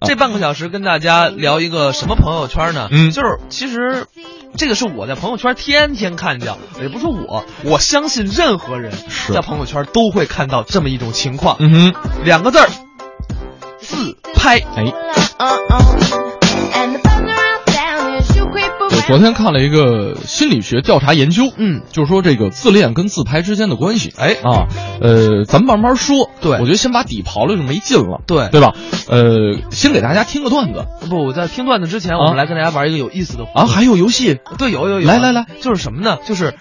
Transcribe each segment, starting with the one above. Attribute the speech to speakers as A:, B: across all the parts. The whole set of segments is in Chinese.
A: 哦
B: 这半个小时跟大家聊一个什么朋友圈呢？
A: 嗯
B: 就是其实这个是我在朋友圈天天看见，也不是我，我相信任何人
A: 嗯是
B: 在朋友圈都会看到这么一种情况，
A: 嗯哼，
B: 两个字儿，自拍。
A: 哎，我
C: 我
A: 昨天看了一个心理学调查研究，
B: 嗯，
A: 就是说这个自恋跟自拍之间的关系。
B: 哎
A: 啊，呃，咱们慢慢说。
B: 对
A: 我觉得先把底刨了就没劲了，
B: 对
A: 对吧？呃，先给大家听个段子
B: 不，我在听段子之前，我们
A: 啊
B: 来跟大家玩一个有意思的活
A: 啊，
B: 动。
A: 还有游戏，
B: 对，有有有，啊
A: 来来来，
B: 就是什么呢？就是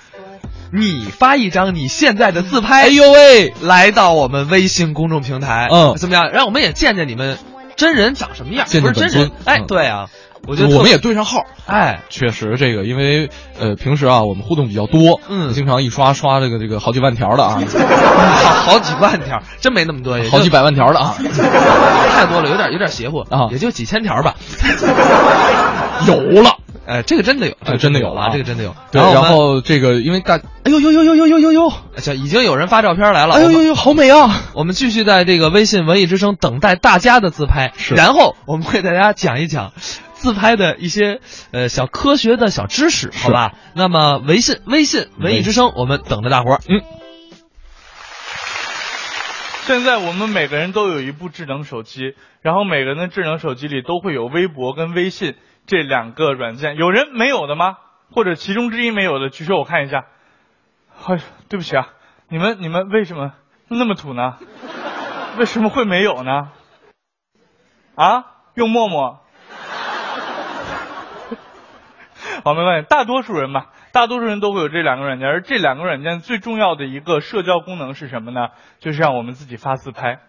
B: 你发一张你现在的自拍，
A: 哎呦喂，
B: 来到我们微信公众平台，
A: 嗯
B: 怎么样？让我们也见见你们真人长什么样，
A: 见
B: 不
A: 见
B: 是真
A: 本尊
B: 人，哎，
A: 嗯
B: 对啊，我
A: 我
B: 觉得
A: 们
B: 特
A: 也对上号。
B: 哎，
A: 确实，这个因为呃，平时啊，我们互动比较多，
B: 嗯
A: 经常一刷刷这个这个好几万条 的啊，
B: 好好几万条，真没那么多，也就
A: 好几百万条的啊，
B: 太多了，有点有点邪乎
A: 啊
B: 也就几千条吧。
A: 有了，
B: 哎，这个真的有，
A: 这真的有了
B: 啊
A: 啊，
B: 这个真的有。
A: 对，
B: 我
A: 然
B: 们
A: 后这个因为大，哎呦呦呦呦呦呦呦呦，
B: 小已经有人发照片来了，
A: 哎
B: 我
A: 呦
B: 们
A: 呦呦，好美啊！
B: 我们继续在这个微信文艺之声等待大家的自拍，
A: 是
B: 然后我们会给大家讲一讲自拍的一些呃小科学的小知识，好吧？那么微信微信文艺之声，我们等着大伙儿。
A: 嗯
D: 现在我们每个人都有一部智能手机，然后每个人的智能手机里都会有微博跟微信这两个软件。有人没有的吗？或者其中之一没有的，举手我看一下。哎呀，对不起啊，你们你们为什么那么土呢？为什么会没有呢？啊，用陌陌。 好，没关系，大多数人嘛，大多数人都会有这两个软件，而这两个软件最重要的一个社交功能是什么呢？就是让我们自己发自拍。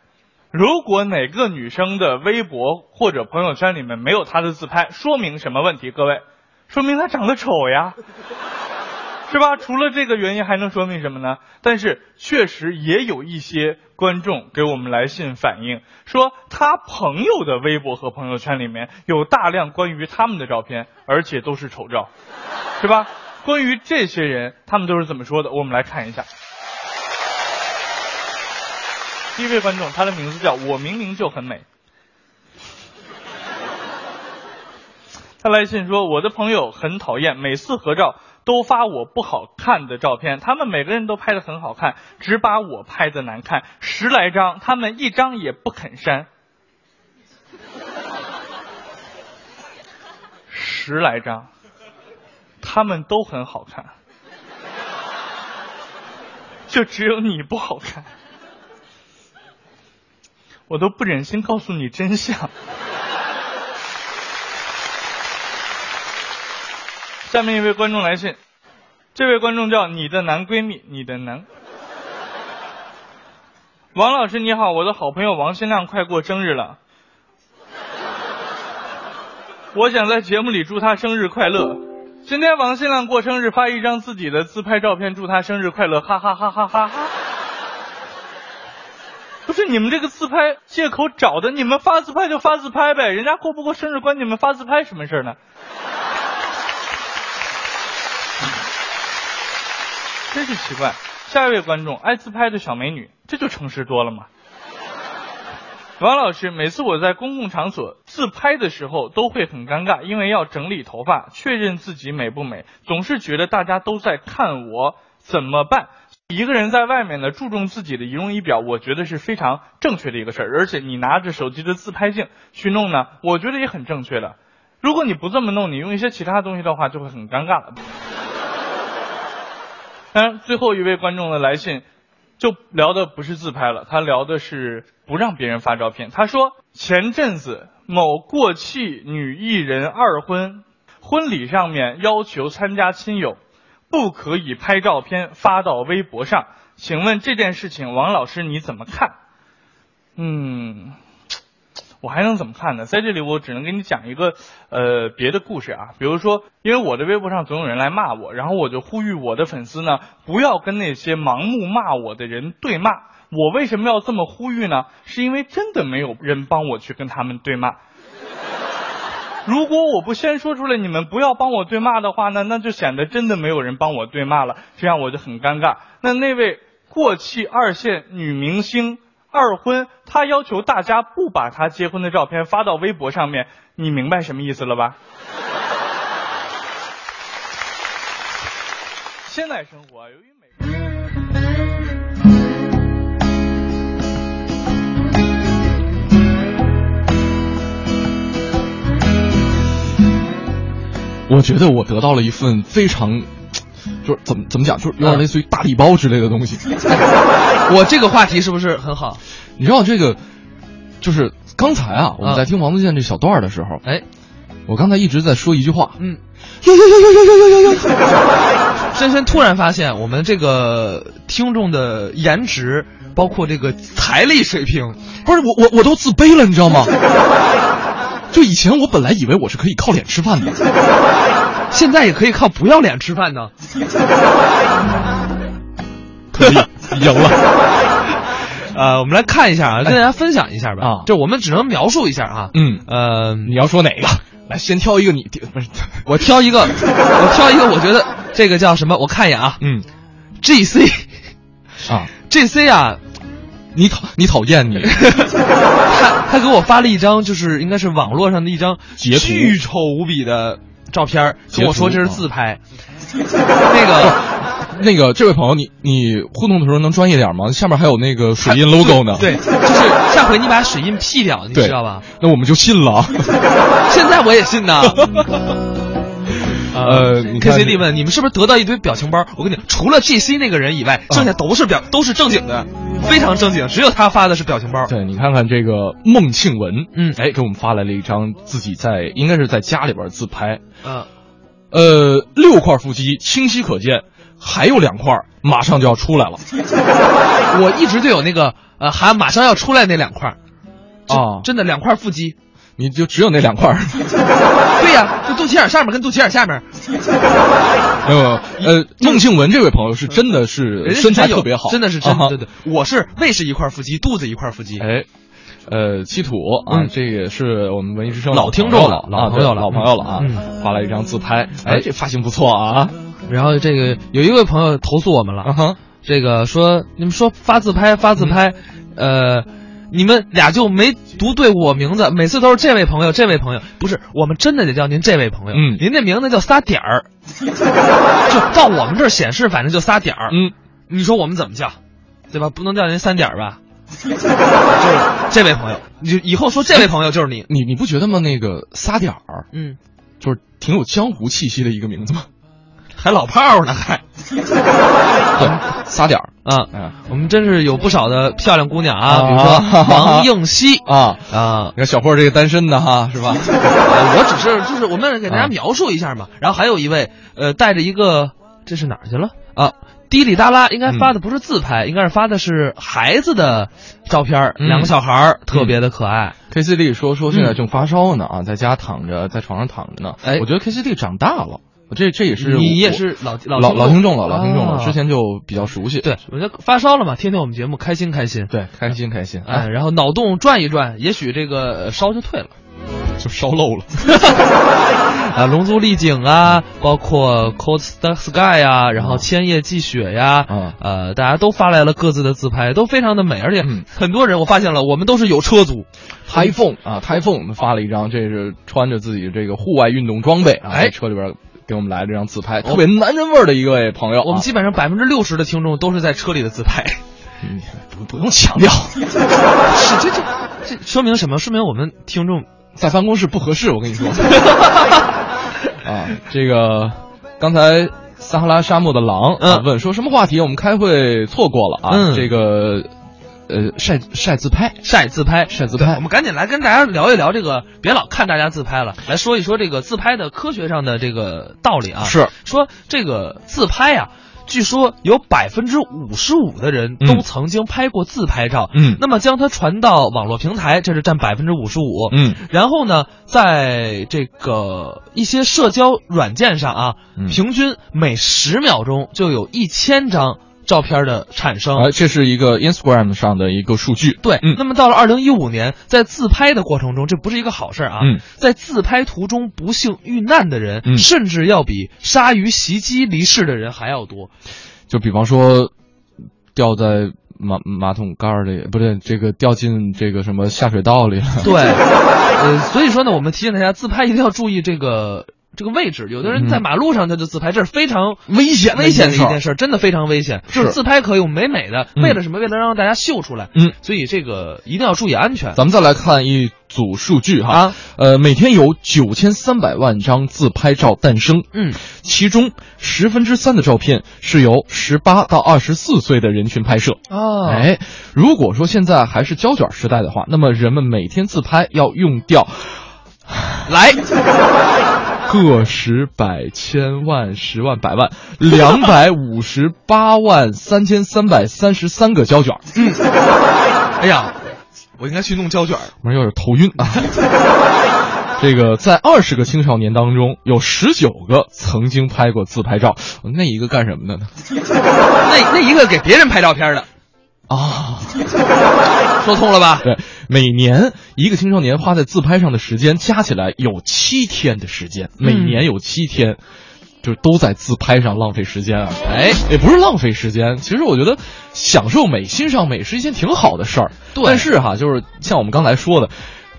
D: 如果哪个女生的微博或者朋友圈里面没有她的自拍，说明什么问题？各位，说明她长得丑呀，是吧？除了这个原因，还能说明什么呢？但是确实也有一些观众给我们来信反映，说他朋友的微博和朋友圈里面有大量关于他们的照片，而且都是丑照，是吧？关于这些人，他们都是怎么说的？我们来看一下。第一位观众，他的名字叫我明明就很美。他来信说，我的朋友很讨厌，每次合照都发我不好看的照片，他们每个人都拍的很好看，只把我拍的难看，十来张，他们一张也不肯删。十来张，他们都很好看，就只有你不好看。我都不忍心告诉你真相。下面一位观众来信，这位观众叫你的男闺蜜，你的男。王老师你好，我的好朋友王新亮快过生日了，我想在节目里祝他生日快乐。今天王新亮过生日，发一张自己的自拍照片，祝他生日快乐，哈哈哈哈哈哈。不是你们这个自拍借口找的，你们发自拍就发自拍呗，人家过不过生日关你们发自拍什么事儿呢？真是奇怪。下一位观众爱自拍的小美女，这就诚实多了嘛。王老师，每次我在公共场所自拍的时候都会很尴尬，因为要整理头发，确认自己美不美，总是觉得大家都在看我，怎么办？一个人在外面呢，注重自己的仪容仪表，我觉得是非常正确的一个事儿。而且你拿着手机的自拍镜去弄呢，我觉得也很正确的。如果你不这么弄，你用一些其他东西的话，就会很尴尬了。当然，最后一位观众的来信，就聊的不是自拍了，他聊的是不让别人发照片。他说，前阵子某过气女艺人二婚，婚礼上面要求参加亲友不可以拍照片发到微博上。请问这件事情，王老师你怎么看？嗯，我还能怎么看呢？在这里，我只能给你讲一个呃别的故事啊，比如说，因为我的微博上总有人来骂我，然后我就呼吁我的粉丝呢，不要跟那些盲目骂我的人对骂。我为什么要这么呼吁呢？是因为真的没有人帮我去跟他们对骂。如果我不先说出来，你们不要帮我对骂的话呢，那就显得真的没有人帮我对骂了，这样我就很尴尬。那那位过气二线女明星二婚，他要求大家不把他结婚的照片发到微博上面，你明白什么意思了吧？现代生活啊，由于每个人
A: 我觉得我得到了一份非常，就是怎么怎么讲，就是有点类似于大礼包之类的 东西。
B: 嗯我这个话题是不是很好？
A: 你知道这个，就是刚才啊，我们在听王自健这小段儿的时候，
B: 哎，
A: 我刚才一直在说一句 话，
B: 嗯，
A: 呦呦呦呦呦呦呦呦，
B: 深深突然发现，我们这个听众的颜值，包括这个财力水平，
A: 不是我我我都自卑了，你知道吗？就以前我本来以为我是可以靠脸吃饭的，
B: 现在也可以靠不要脸吃饭呢。
A: 可以赢 了。哎
B: 呃，我们来看一下啊，跟大家分享一下吧。
A: 啊
B: 就我们只能描述一下啊。
A: 嗯，
B: 呃，
A: 你要说哪个？来，先挑一个你不是，
B: 我挑一个，我挑一个，我觉得这个叫什么？我看一眼啊
A: 嗯
B: ，G C
A: 啊，
B: G C 啊，
A: 你讨你讨厌 你，
B: 他他给我发了一张，就是应该是网络上的一张
A: 截图
B: 巨丑无比的照片儿，
A: 截图
B: 跟我说这是自拍。
A: 哦
B: 那个
A: 那个这位朋友，你你互动的时候能专业点吗？下面还有那个水印 logo 呢。
B: 对，就是下回你把水印 P 掉，你
A: 对
B: 知道吧？
A: 那我们就信了。啊
B: 现在我也信呐。
A: 呃你
B: K
A: 看
B: C D 问你们是不是得到一堆表情包？我跟你，除了 G C 那个人以外，
A: 啊
B: 剩下都是表，都是正经的，非常正经，只有他发的是表情包。
A: 对你看看这个孟庆文，
B: 嗯
A: 哎，给我们发来了一张自己在应该是在家里边自拍，
B: 嗯，
A: 呃，六块腹肌清晰可见，还有两块马上就要出来了
B: 我一直就有那个呃，还马上要出来那两块儿，
A: 啊！
B: 真的两块腹肌。
A: 你就只有那两块，
B: 对呀、就肚脐眼下面跟肚脐眼下面，
A: 没有没有。呃，孟庆文这位朋友是真的是
B: 人家
A: 身材
B: 真有
A: 特别好，
B: 真的是真
A: 啊
B: 的。对对，我是胃是一块腹肌，肚子一块腹肌。
A: 哎，呃，七土啊，
B: 嗯
A: 这也是我们文艺之声
B: 老听众了
A: 老
B: 老朋友了
A: 老朋友了啊
B: 嗯，
A: 发了一张自拍，
B: 哎
A: 哎，这发型不错啊，
B: 然后这个有一位朋友投诉我们了，
A: 啊哈，
B: 这个说你们说发自拍发自拍，呃，你们俩就没读对我名字，每次都是这位朋友这位朋友，不是我们真的得叫您这位朋友，
A: 嗯
B: 您那名字叫仨点 儿，就到我们这儿显示反正就仨点儿，
A: 嗯，
B: 你说我们怎么叫，对吧？不能叫您三点儿 吧？这位朋友，你就以后说这位朋友就是你，
A: 你你不觉得吗？那个仨点儿
B: 嗯，
A: 就是挺有江湖气息的一个名字 吗？
B: 还老炮儿呢还
A: 对，仨点儿，
B: 啊。
A: 哎
B: 我们真是有不少的漂亮姑娘啊，
A: 啊
B: 比如说 王映熙
A: 啊，
B: 啊，
A: 你看小霍这个单身的哈，是 吧？
B: 呃我只是就是我们给
A: 啊
B: 大家描述一下嘛。然后还有一位呃带着一个这是哪儿去了啊？滴里哒啦应该发的不是自拍，应该是发的是孩子的照片儿，
A: 嗯
B: 两个小孩儿特别的可爱。
A: K C D 说说现在正发烧呢啊，在家躺着，在床上躺着呢。
B: 哎
A: 我觉得 K C D 长大了，这这也是
B: 你
A: 我
B: 也是老
A: 老
B: 老
A: 老听众了，老听众了，
B: 啊
A: 之前就比较熟悉。
B: 对，我觉得发烧了嘛，听听我们节目开心开心。
A: 对，开心开心，
B: 哎，
A: 哎，
B: 然后脑洞转一转，也许这个呃烧就退了。
A: 就烧漏了。
B: 啊，龙族丽景啊，包括 Cold Star Sky 啊，然后千叶寄雪呀、
A: 嗯
B: 呃，大家都发来了各自的自拍，都非常的美，而且
A: 嗯
B: 很多人我发现了，我们都是有车族，
A: 台风啊，台风发了一张，这是穿着自己这个户外运动装备啊，
B: 哎
A: 在车里边给我们来了这张自拍，特别男人味儿的一位朋友啊。
B: 我们基本上百分之六十的听众都是在车里的自拍，
A: 嗯不不用强调，
B: 是这这这说明什么？说明我们听 众
A: 在办公室不合适，我跟你说。啊，这个刚才撒哈拉沙漠的狼啊
B: 嗯
A: 问说什么话题，我们开会错过了啊。
B: 嗯
A: 这个呃晒晒自拍，
B: 晒自拍，
A: 晒自
B: 对，
A: 拍
B: 我们赶紧来跟大家聊一聊这个，别老看大家自拍了，来说一说这个自拍的科学上的这个道理啊。
A: 是
B: 说这个自拍啊，据说有百分之五十五的人
A: 嗯
B: 都曾经拍过自拍照，
A: 嗯
B: 那么将它传到网络平台，这是占百分之五十五。
A: 嗯
B: 然后呢，在这个一些社交软件上啊，
A: 嗯
B: 平均每十秒钟就有一千张照片的产生。
A: 啊，这是一个 Instagram 上的一个数据。
B: 对，
A: 嗯
B: 那么到了二零一五年，在自拍的过程中，这不是一个好事儿啊。
A: 嗯
B: 在自拍途中不幸遇难的人，
A: 嗯
B: 甚至要比鲨鱼袭击离世的人还要多。
A: 就比方说掉在马马桶盖儿里，不对，这个掉进这个什么下水道 里了。
B: 对，呃，所以说呢，我们提醒大家自拍一定要注意这个这个位置。有的人在马路上他就自拍，这是非常
A: 嗯危险的
B: 危
A: 一件
B: 险的一
A: 事儿
B: 件事儿，真的非常危险。就是是自拍可以，我们美美的，
A: 嗯
B: 为了什么？为了让大家秀出来。
A: 嗯，
B: 所以这个一定要注意安全。
A: 咱们再来看一组数据哈，
B: 啊
A: 呃，每天有九千三百万张自拍照诞生，
B: 嗯，
A: 其中十分之三的照片是由十八到二十四岁的人群拍摄。
B: 啊，
A: 哎，如果说现在还是胶卷时代的话，那么人们每天自拍要用 掉
B: 来，
A: 个十百千万十万百万两百五十八万三千三百三十三个胶卷儿，
B: 哎呀，嗯我应该去弄胶卷儿。
A: 我有点头晕 啊。这个在二十个青少年当中，有十九个曾经拍过自拍照，那一个干什么的呢？
B: 那那一个给别人拍照片的，
A: 啊，
B: 说通了吧？
A: 对，每年一个青少年花在自拍上的时间加起来有七天的时间，每年有七天，就是都在自拍上浪费时间啊。
B: 哎，
A: 也不是浪费时间，其实我觉得享受美、欣赏美是一件挺好的事儿。
B: 对
A: 但是哈，就是像我们刚才说的，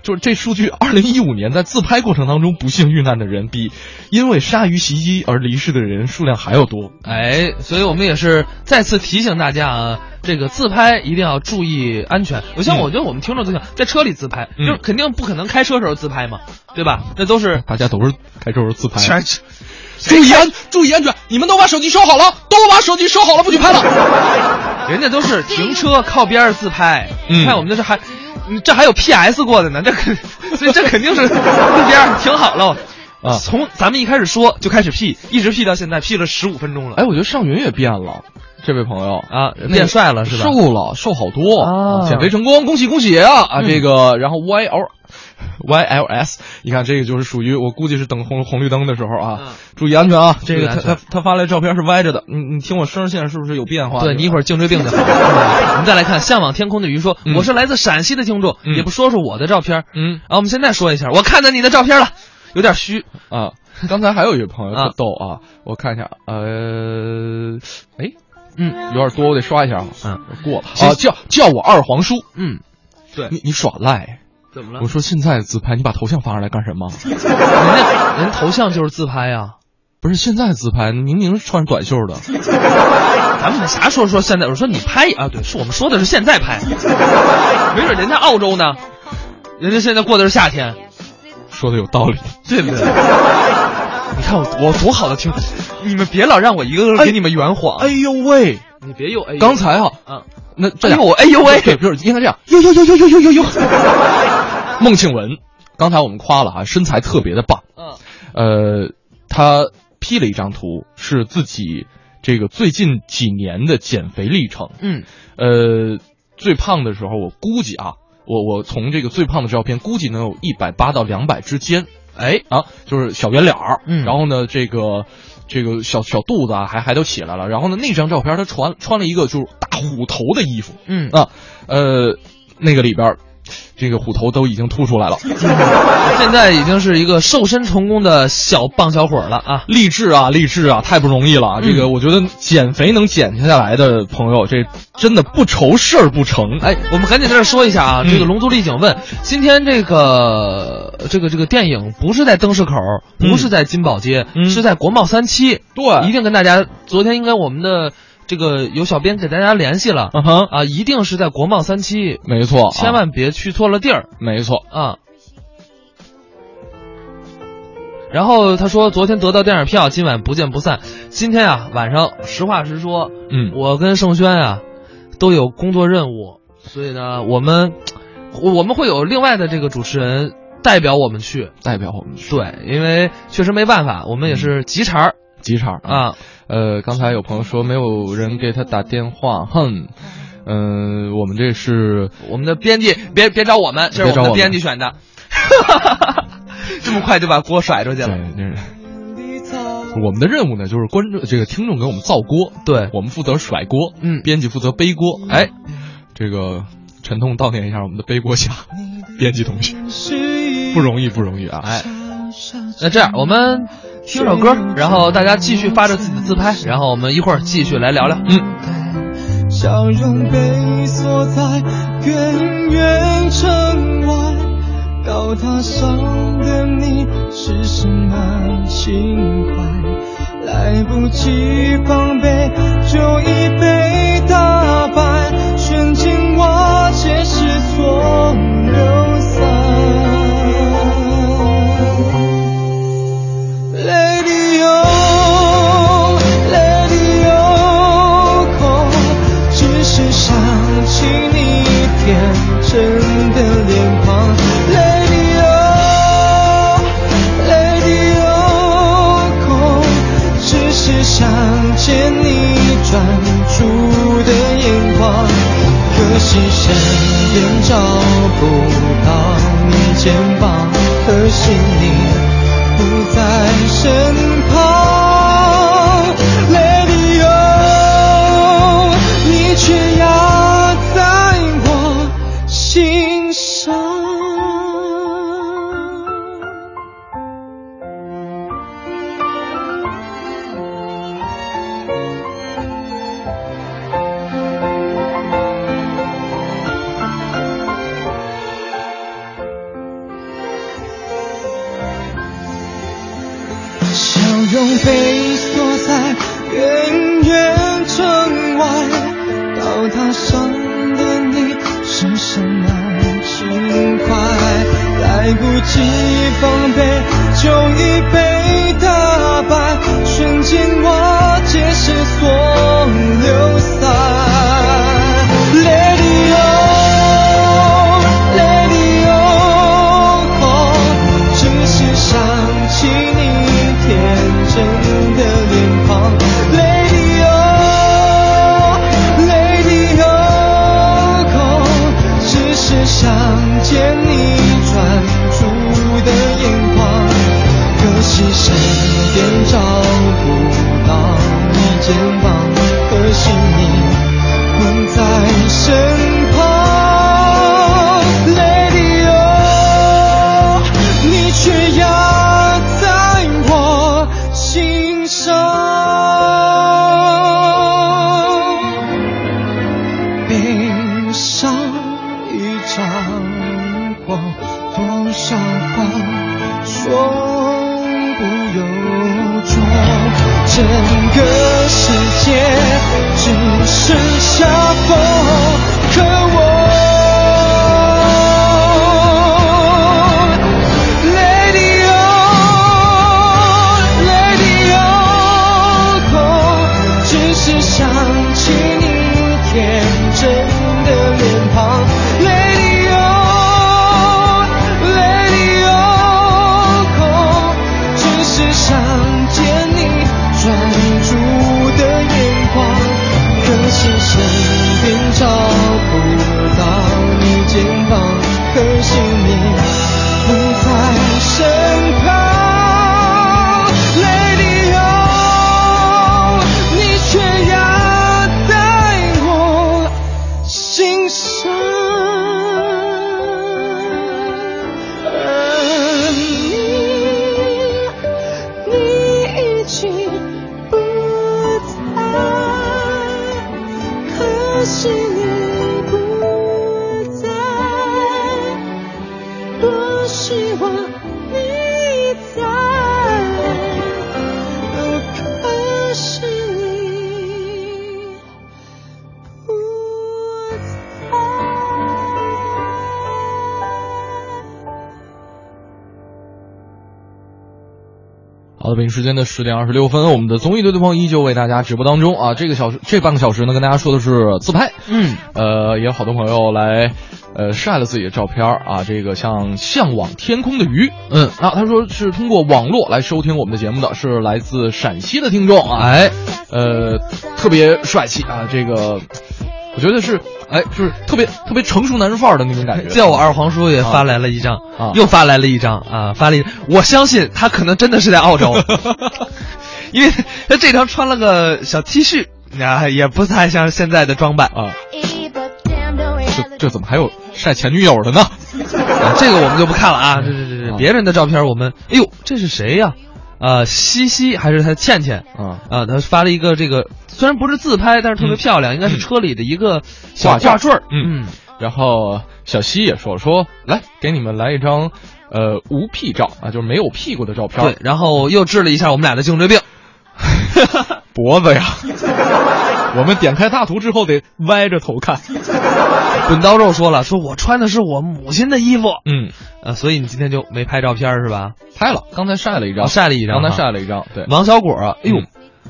A: 就是这数据，二零一五年在自拍过程当中不幸遇难的人，比因为鲨鱼袭击而离世的人数量还要多。
B: 哎，所以我们也是再次提醒大家啊，这个自拍一定要注意安全。我像
A: 嗯
B: 我觉得我们听众都想在车里自拍，
A: 嗯
B: 就是肯定不可能开车时候自拍嘛，对吧？那都是
A: 大家都是开车时候自拍，
B: 是
A: 注意安注意安全！你们都把手机收好了，都把手机收好了，不许拍了。
B: 人家都是停车靠边儿自拍，
A: 嗯
B: 你看我们这是还。嗯这还有 PS 过的呢，这肯， 所以这肯定是路边儿停好了。
A: 啊
B: 从咱们一开始说就开始 P，一直 P 到现在，P 了十五分钟了。
A: 哎，我觉得尚云也变了，这位朋友
B: 啊
A: 那个
B: 变帅了是吧
A: 瘦了，瘦好多，
B: 啊
A: 减肥成功，恭喜恭喜啊！啊，
B: 嗯
A: 这个然后 Y L。YLS，你看这个就是属于我估计是等红红绿灯的时候啊，
B: 嗯
A: 注意安全啊！这个
B: 注意安
A: 他
B: 全
A: 他他发来照片是歪着的，你你听我声线是不是有变化？
B: 对你一会儿颈椎病就 好了。嗯我们再来看向往天空的鱼说
A: 嗯：“
B: 我是来自陕西的听众，
A: 嗯
B: 也不说说我的照片。”
A: 嗯
B: 啊，我们现在说一下，我看到你的照片了，有点虚。
A: 啊，刚才还有一位朋友
B: 啊
A: 特逗啊，我看一下，呃，哎，
B: 嗯
A: 有点多，我得刷一下啊，
B: 嗯，
A: 过了啊，叫叫我二皇叔，
B: 嗯，对嗯
A: 你你耍赖，
B: 怎么
A: 我说现在自拍，你把头像发上来干什么？
B: 人家人头像就是自拍啊。
A: 不是现在自拍，明明是穿着短袖的。
B: 咱们啥时候说现在？我说你拍啊，对，是我们说的是现在拍， 没准人家澳洲
A: 啊
B: 呢，人家现在过的是夏天，
A: 说的有道理。
B: 对不对？ 你看我我多好的听，你们别老让我一个个给你们圆谎。啊
A: 哎，呦喂，
B: 你别又哎呦，
A: 刚才啊，
B: 啊，
A: 那这
B: 哎
A: 样
B: 呦，哎呦喂，
A: 对，就是应该这样，呦呦呦呦呦呦呦呦。 孟庆文，刚才我们夸了啊，身材特别的棒。
B: 嗯。
A: 呃，他 P 了一张图，是自己这个最近几年的减肥历程。
B: 嗯，
A: 呃，最胖的时候，我估计啊，我我从这个最胖的照片，估计能有一百八到两百之间。哎啊，就是小圆脸儿，
B: 嗯
A: 然后呢，这个这个小小肚子啊，还还都起来了。然后呢，那张照片他穿穿了一个就是大虎头的衣服，
B: 嗯
A: 啊，呃，那个里边儿，这个虎头都已经凸出来了。
B: 呃现在已经是一个瘦身成功的小棒小伙了啊！
A: 励志啊，励志啊，太不容易了啊！
B: 嗯
A: 这个我觉得减肥能减下来的朋友，这真的不愁事儿不成。哎，
B: 哎，我们赶紧在这儿说一下啊，
A: 嗯
B: 这个《龙族丽景问》今天这个这个这个电影不是在灯市口，
A: 嗯
B: 不是在金宝街，
A: 嗯
B: 是在国贸三期。
A: 对
B: 一定跟大家，昨天应该我们的这个有小编给大家联系了
A: 嗯哼，
B: 啊，一定是在国贸三期，
A: 没错，
B: 千
A: 啊
B: 万别去错了地儿。
A: 没错。
B: 啊。然后他说，昨天得到电影票，今晚不见不散。今天啊，晚上实话实说，
A: 嗯，
B: 我跟盛轩啊，都有工作任务，所以呢，我们我我们会有另外的这个主持人代表我们去。
A: 代表我们去
B: 对，因为确实没办法，我们也是急茬儿
A: 机场啊。
B: 啊。
A: 呃，刚才有朋友说没有人给他打电话，哼，嗯、我们这是
B: 我们的编辑，别别找我们，这
A: 别
B: 是
A: 找
B: 我
A: 我
B: 们的
A: 们
B: 编辑选的。 这么快就把锅甩出去
A: 对，
B: 了。
A: 这是我们的任务呢，就是观众这个听众给我们造锅，
B: 对
A: 我们负责甩锅，
B: 嗯
A: 编辑负责背锅。哎，这个沉痛悼念一下我们的背锅侠，编辑同学，不容易，不容易啊！哎，
B: 那这样，我们听首歌，然后大家继续发着自己的自拍，然后我们一会儿继续来聊聊。嗯，
C: 想笑容被锁在远远城外，高塔上的你是什么情怀？来不及防备，就已被打败，卷进我皆是错流散。Lady O Lady O，只是想起你天真的脸庞。Lady O Lady O，只是想见你专注的眼光，可惜身边找不到你肩膀，可惜你。不在身旁，Lady O，你却压在我心上。笑容被锁在远远城外，高塔上的你是什么情怀？来不及防备，就已被打败，瞬间瓦解是所流散。Lady O，Lady O，只是想起你天真的脸庞。Lady O，Lady O，只是想见你专注的眼眶，可惜身边找不到你肩膀，可惜你。不在身旁，Lady O，你却压在我心上。背上一张光，多少话说不由衷，整个世界只剩下风和我。Lady O，Lady O，只是想起你天真的脸庞。Lady O，Lady O，只是想见你专注的眼光，可惜身边找不到你肩膀，可惜你。不在身旁，Lady O，你却压在我心上。而你，你已经不在，可惜你不在。多希望你在，哦，可惜你不在。
A: 好的，北京时间的十点二十六分，我们的综艺对对碰依旧为大家直播当中啊。这个小时，这半个小时呢，跟大家说的是自拍，
B: 嗯，
A: 呃，也有好多朋友来，呃，晒了自己的照片儿啊。这个像向往天空的鱼，嗯，啊，他说是通过网络来收听我们的节目的，是来自陕西的听众啊，哎，呃，特别帅气啊，这个。我觉得是，哎，就是特别特别成熟男人范儿的那种感觉。
B: 叫我二黄叔也发来了一张，
A: 啊
B: 又发来了一张啊，发了一，我相信他可能真的是在澳 洲，因为他这张穿了个小 T 恤，啊，也不太像现在的装扮
A: 啊，这
E: 这
A: 这怎
E: 这怎
A: 么
E: 么
A: 还
E: 还
A: 有
E: 有
A: 晒前女友的呢？
B: 啊这个我们就不看了啊，这这这
A: 啊
B: 这别人的照片我们，哎呦，这是谁呀、呃西西还是她倩倩
A: 啊嗯
B: 啊，她发了一个这个虽然不是自拍，但是特别漂亮，应该是车里的一个小
A: 挂件
B: 挂坠儿。
A: 嗯
B: 嗯，
A: 然后小西也说说，来给你们来一张，呃，无屁照啊，就是没有屁股的照片
B: 对，，然后又治了一下我们俩的颈椎 病。
A: 脖 子呀，我们点开大图之后得歪着头看，
B: 滚刀肉说了，说我穿的是我母亲的衣服，
A: 嗯，
B: 呃，所以你今天就没拍照片儿是吧？
A: 拍了，刚才晒了一
B: 哦
A: 张，
B: 晒了一张
A: 刚才
B: 哈
A: 晒了一张，对，
B: 王小果，哎呦
A: 嗯，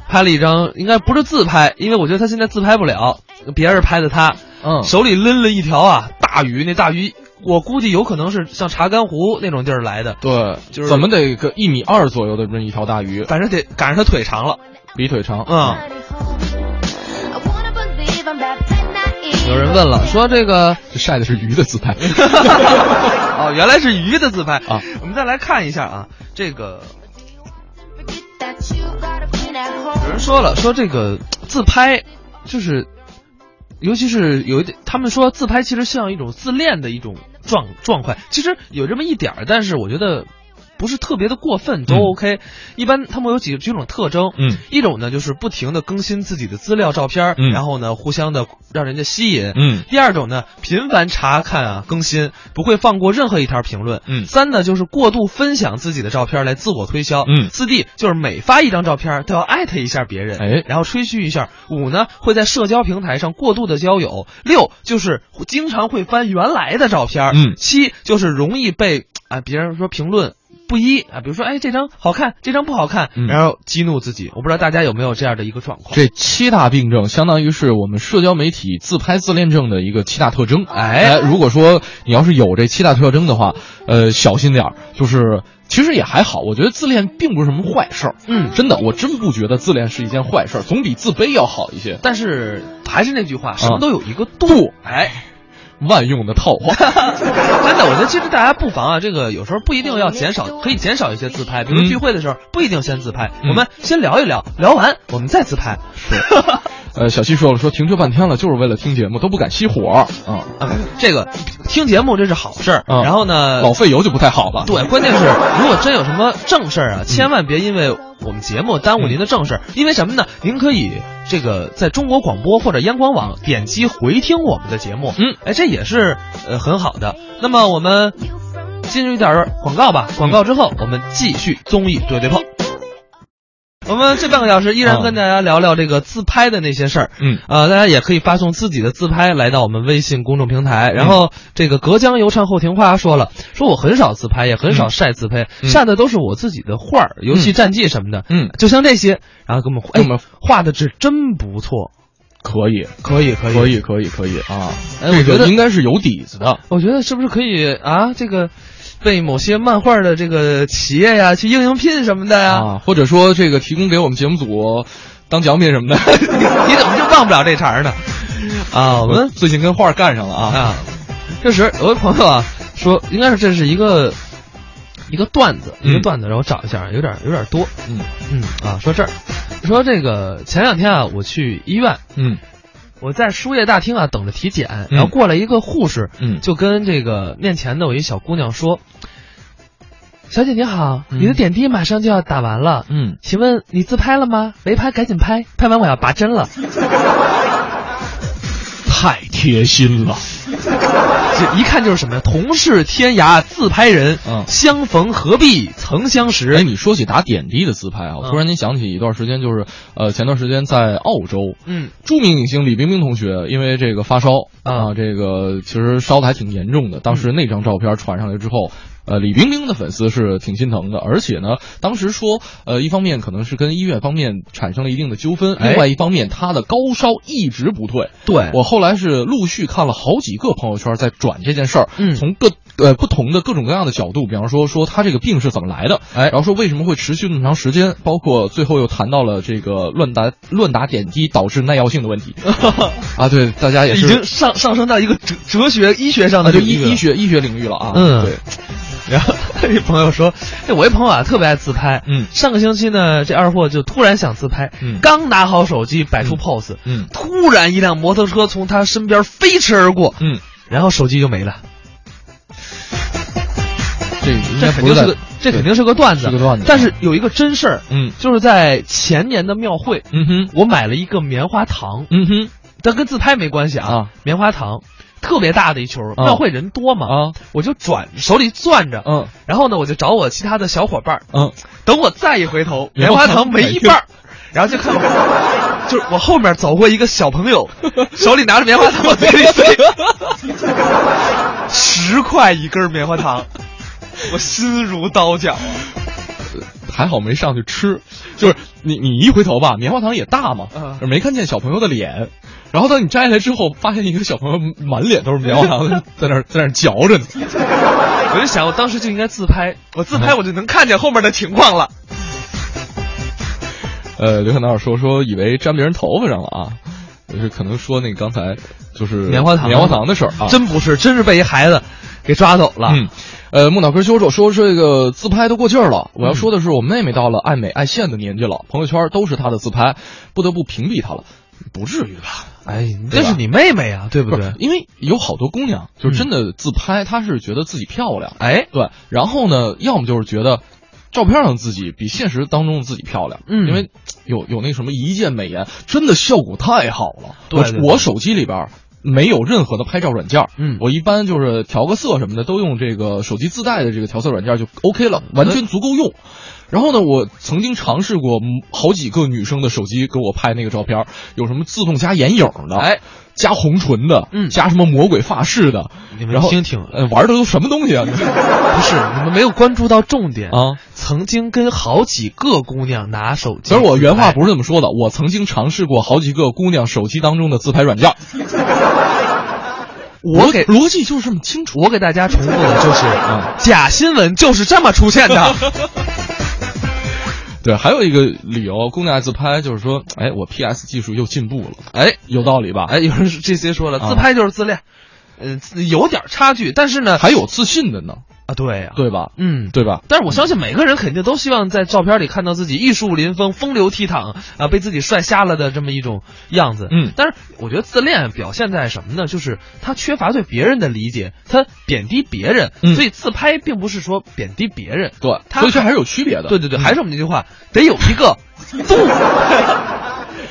B: 拍了一张，应该不是自拍，因为我觉得他现在自拍不了，别人拍的他，
A: 嗯
B: 手里拎了一条啊大鱼，那大鱼我估计有可能是像查干湖那种地儿来的，
A: 对，
B: 就是
A: 怎么得个一米二左右的这么一条大 鱼，
B: 反正得赶上他腿长了，
A: 比腿长，
B: 嗯。有
E: 有
B: 人
E: 人
B: 问
E: 问
B: 了，
E: 了，说
B: 说这 个，
A: 这晒的是鱼的姿态，
B: 哦，原来是鱼的自拍
A: 啊。
B: 我们再来看一下啊，这个有人说了，说这个自拍就是，尤其是有一点，他们说自拍其实像一种自恋的一种状状态，其实有这么一点儿，但是我觉得不是特别的过分，都
A: 嗯
B: OK。一般他们有几几种特征，
A: 嗯，
B: 一种呢就是不停的更新自己的资料照片儿，
A: 嗯
B: 然后呢互相的让人家吸引，
A: 嗯
B: 第二种呢，频繁查看啊更新，不会放过任何一条评论。
A: 嗯
B: 三呢，就是过度分享自己的照片来自我推销。
A: 嗯
B: 四 D 就是每发一张照片都要艾特一下别人，
A: 哎
B: 然后吹嘘一下。五呢，会在社交平台上过度的交友。六就是经常会翻原来的照片。
A: 嗯
B: 七就是容易被啊别人说评论。不一啊，比如说，哎，这张好看，这张不好看，
A: 嗯
B: 然后激怒自己。我不知道大家有没有这样的一个状况。
A: 这七大病症相当于是我们社交媒体自拍自恋症的一个七大特征。
B: 哎
A: 如果说你要是有这七大特征的话，呃，小心点儿。就是其实也还好，我觉得自恋并不是什么坏事儿。
B: 嗯
A: 真的，我真不觉得自恋是一件坏事儿，总比自卑要好一些。
B: 但是还是那句话，什么
A: 啊
B: 都有一个度。
A: 度，哎，万用的套话。
B: 真的，我觉得其实大家不妨啊，这个有时候不一定要减少，可以减少一些自拍，比如
A: 嗯
B: 聚会的时候不一定先自拍，
A: 嗯
B: 我们先聊一聊，聊完我们再自拍。
A: 是，呃，小七说了，说停车半天了，就是为了听节目，都不敢熄火啊、
B: 啊，这个听节目这是好事儿，
A: 嗯
B: 然后呢，
A: 老费油就不太好了。
B: 对，关键是如果真有什么正事儿啊，千万别因为我们节目
A: 嗯
B: 耽误您的正事儿，因为什么呢？您可以这个在中国广播或者央广网点击回听我们的节目，
A: 嗯，
B: 哎，这也是呃很好的。那么我们进入一点儿广告
A: 嗯
B: 吧，广告之后我们继续综艺对对碰。我们这半个小时依然跟大家聊聊这个自拍的那些事儿。
A: 嗯，
B: 呃，大家也可以发送自己的自拍来到我们微信公众平台。然
A: 嗯
B: 后这个隔江犹唱后庭花说了，说我很少自拍，也很少晒自拍，
A: 嗯
B: 晒的都是我自己的画儿、游戏战绩什么的。
A: 嗯
B: 就像这些，然后给我们哎，
A: 给我们
B: 画的是真不错，
A: 可以，
B: 可以可
A: 可以，可以，可以啊！
B: 哎
A: 这
B: 我觉
A: 个
B: 得
A: 应该是有底子的。
B: 我觉得是不是可以啊？这个被某些漫画的这个企业呀去应应聘什么的呀？
A: 啊，或者说这个提供给我们节目组当奖品什 么的。
B: 你怎么就忘不了这茬儿呢？啊，我们
A: 最近跟画儿干上了啊，
B: 啊，确实，有位朋友啊说，应该是这是一个一个段子，一个
A: 嗯
B: 段子，让我找一下，有点有点多。
A: 嗯
B: 嗯啊，说这儿，说这个前两天啊，我去医院，
A: 嗯
B: 我在输液大厅啊等着体检，然后过来一个护士，
A: 嗯
B: 就跟这个面前的我一小姑娘说：“小姐你好，
A: 嗯
B: 你的点滴马上就要打完了，
A: 嗯，
B: 请问你自拍了吗？没拍，赶紧拍，拍完我要拔针了。”
A: 太哎贴心了。
B: 这一看就是什么呀？同是天涯自拍人，
A: 嗯
B: 相逢何必曾相识。嗯
A: 哎，你说起打点滴的自拍啊，我突然间想起一段时间，就是呃，前段时间在澳洲，
B: 嗯，
A: 著名影星李冰冰同学因为这个发烧
B: 啊
A: 啊，这个其实烧的还挺严
B: 嗯
A: 重的。当时那张照片传上来之后。呃，李冰冰的粉丝是挺心疼的，而且呢，当时说，呃，一方面可能是跟医院方面产生了一定的纠纷，
B: 哎
A: 另外一方面她的高烧一直不退。
B: 对，
A: 我后来是陆续看了好几个朋友圈在转这件事儿，
B: 嗯
A: 从各呃不同的各种各样的角度，比方说说他这个病是怎么来的，
B: 哎
A: 然后说为什么会持续那么长时间，包括最后又谈到了这个乱打 乱打点滴导致耐药性的问 题啊，对，大家也
B: 已
A: 是
B: 经上上升到一个哲哲学、医学 上
A: 啊，
B: 的
A: 就
B: 这个
A: 医
B: 一个
A: 医。学医学领域了啊，
B: 嗯
A: 对，
B: 然后一朋友说，哎，我一朋友啊特别爱自拍，
A: 嗯
B: 上个星期呢，这二货就突然想自拍，
A: 嗯
B: 刚拿好手机摆出 pose，
A: 嗯
B: 突然一辆摩托车从他身边飞驰而过，
A: 嗯，
B: 然后手机就没了。
A: 这应
B: 这
A: 该
B: 肯
A: 不
B: 定
A: 是在
B: 是个这肯定是个段子，
A: 是个段子
B: 但是有一个真事儿，
A: 嗯
B: 就是在前年的庙会，
A: 嗯哼，
B: 我买了一个棉花糖，
A: 嗯哼，
B: 但跟自拍没关系啊，
A: 啊
B: 棉花糖。特别大的一球，
A: 啊
B: 庙会人多嘛，
A: 啊
B: 我就转手里攥着，
A: 嗯
B: 然后呢，我就找我其他的小伙伴儿，
A: 嗯，
B: 等我再一回头，啊棉花糖没一半儿，然后就看我，就是我后面走过一个小朋友，手里拿着棉花糖往嘴里塞，十块一根棉花糖，我心如刀绞。啊
A: 还好没上去吃，就是你你一回头吧，棉花糖也大嘛，
B: 嗯
A: 没看见小朋友的脸。然后当你摘下来之后，发现一个小朋友满脸都是棉花糖，在那儿在那儿嚼 着呢。
B: 我就想，我当时就应该自拍，嗯我自拍我就能看见后面的情况了。
A: 呃，刘小娜说说以为粘别人头发上了啊，就是可能说那个刚才就是
B: 棉花糖
A: 棉花糖的事儿啊。
B: 真不是，真是被一孩子给抓走了。
A: 嗯，呃，木脑壳修手说这个自拍都过劲儿了。我要说的是，我妹妹到了爱美爱现的年纪了，朋友圈都是她的自拍，不得不屏蔽她了。不至于吧？
B: 哎，
A: 对
B: 那
A: 吧
B: 是你妹妹啊，对不
A: 不
B: 对嗯
A: 是？，因为有好多姑娘就是真的自拍，她是觉得自己漂亮，
B: 哎，
A: 对，然后呢，要么就是觉得照片上的自己比现实当中的自己漂亮，
B: 嗯
A: 因为有有那什么一键美颜，真的效果太好了。
B: 对对对
A: 我我手机里边儿没有任何的拍照软件儿，
B: 嗯
A: 我一般就是调个色什么的，都用这个手机自带的这个调色软件就 OK 了，完全足够用。然后呢，我曾经尝试过嗯好几个女生的手机给我拍那个照片儿，有什么自动加眼影的，
B: 哎，
A: 加红唇的，
B: 嗯
A: 加什么魔鬼发饰的，
B: 你们
A: 然后
B: 听听
A: 呃，玩的都什么东西啊？
B: 不是你们没有关注到重点
A: 啊，
B: 曾经跟好几个姑娘拿手机，
A: 其实我原
B: 哎
A: 话不是这么说的，我曾经尝试过好几个姑娘手机当中的自拍软件儿，
B: 我给
A: 逻辑就是这么清楚。
B: 我给大家重复的就是，
A: 嗯
B: 假新闻就是这么出现 的。
A: 对，还有一个理由，姑娘爱自拍就是说，哎，我 PS 技术又进步了，
B: 哎
A: 有道理吧？
B: 哎，，有人这些说了，
A: 啊
B: 自拍就是自恋，嗯、有点差距，但是呢，
A: 还有自信的呢，
B: 啊，对呀、啊，
A: 对吧？
B: 嗯。
A: 对吧？
B: 但是我相信每个人肯定都希望在照片里看到自己玉树临风、风流倜傥啊，被自己帅瞎了的这么一种样子。
A: 嗯
B: 但是我觉得自恋表现在什么呢？就是他缺乏对别人的理解，他贬低别人，
A: 嗯
B: 所以自拍并不是说贬低别人，
A: 对，
B: 他
A: 所以这还是有区别的。嗯
B: 对对对，还是我们那句话，得有一个度。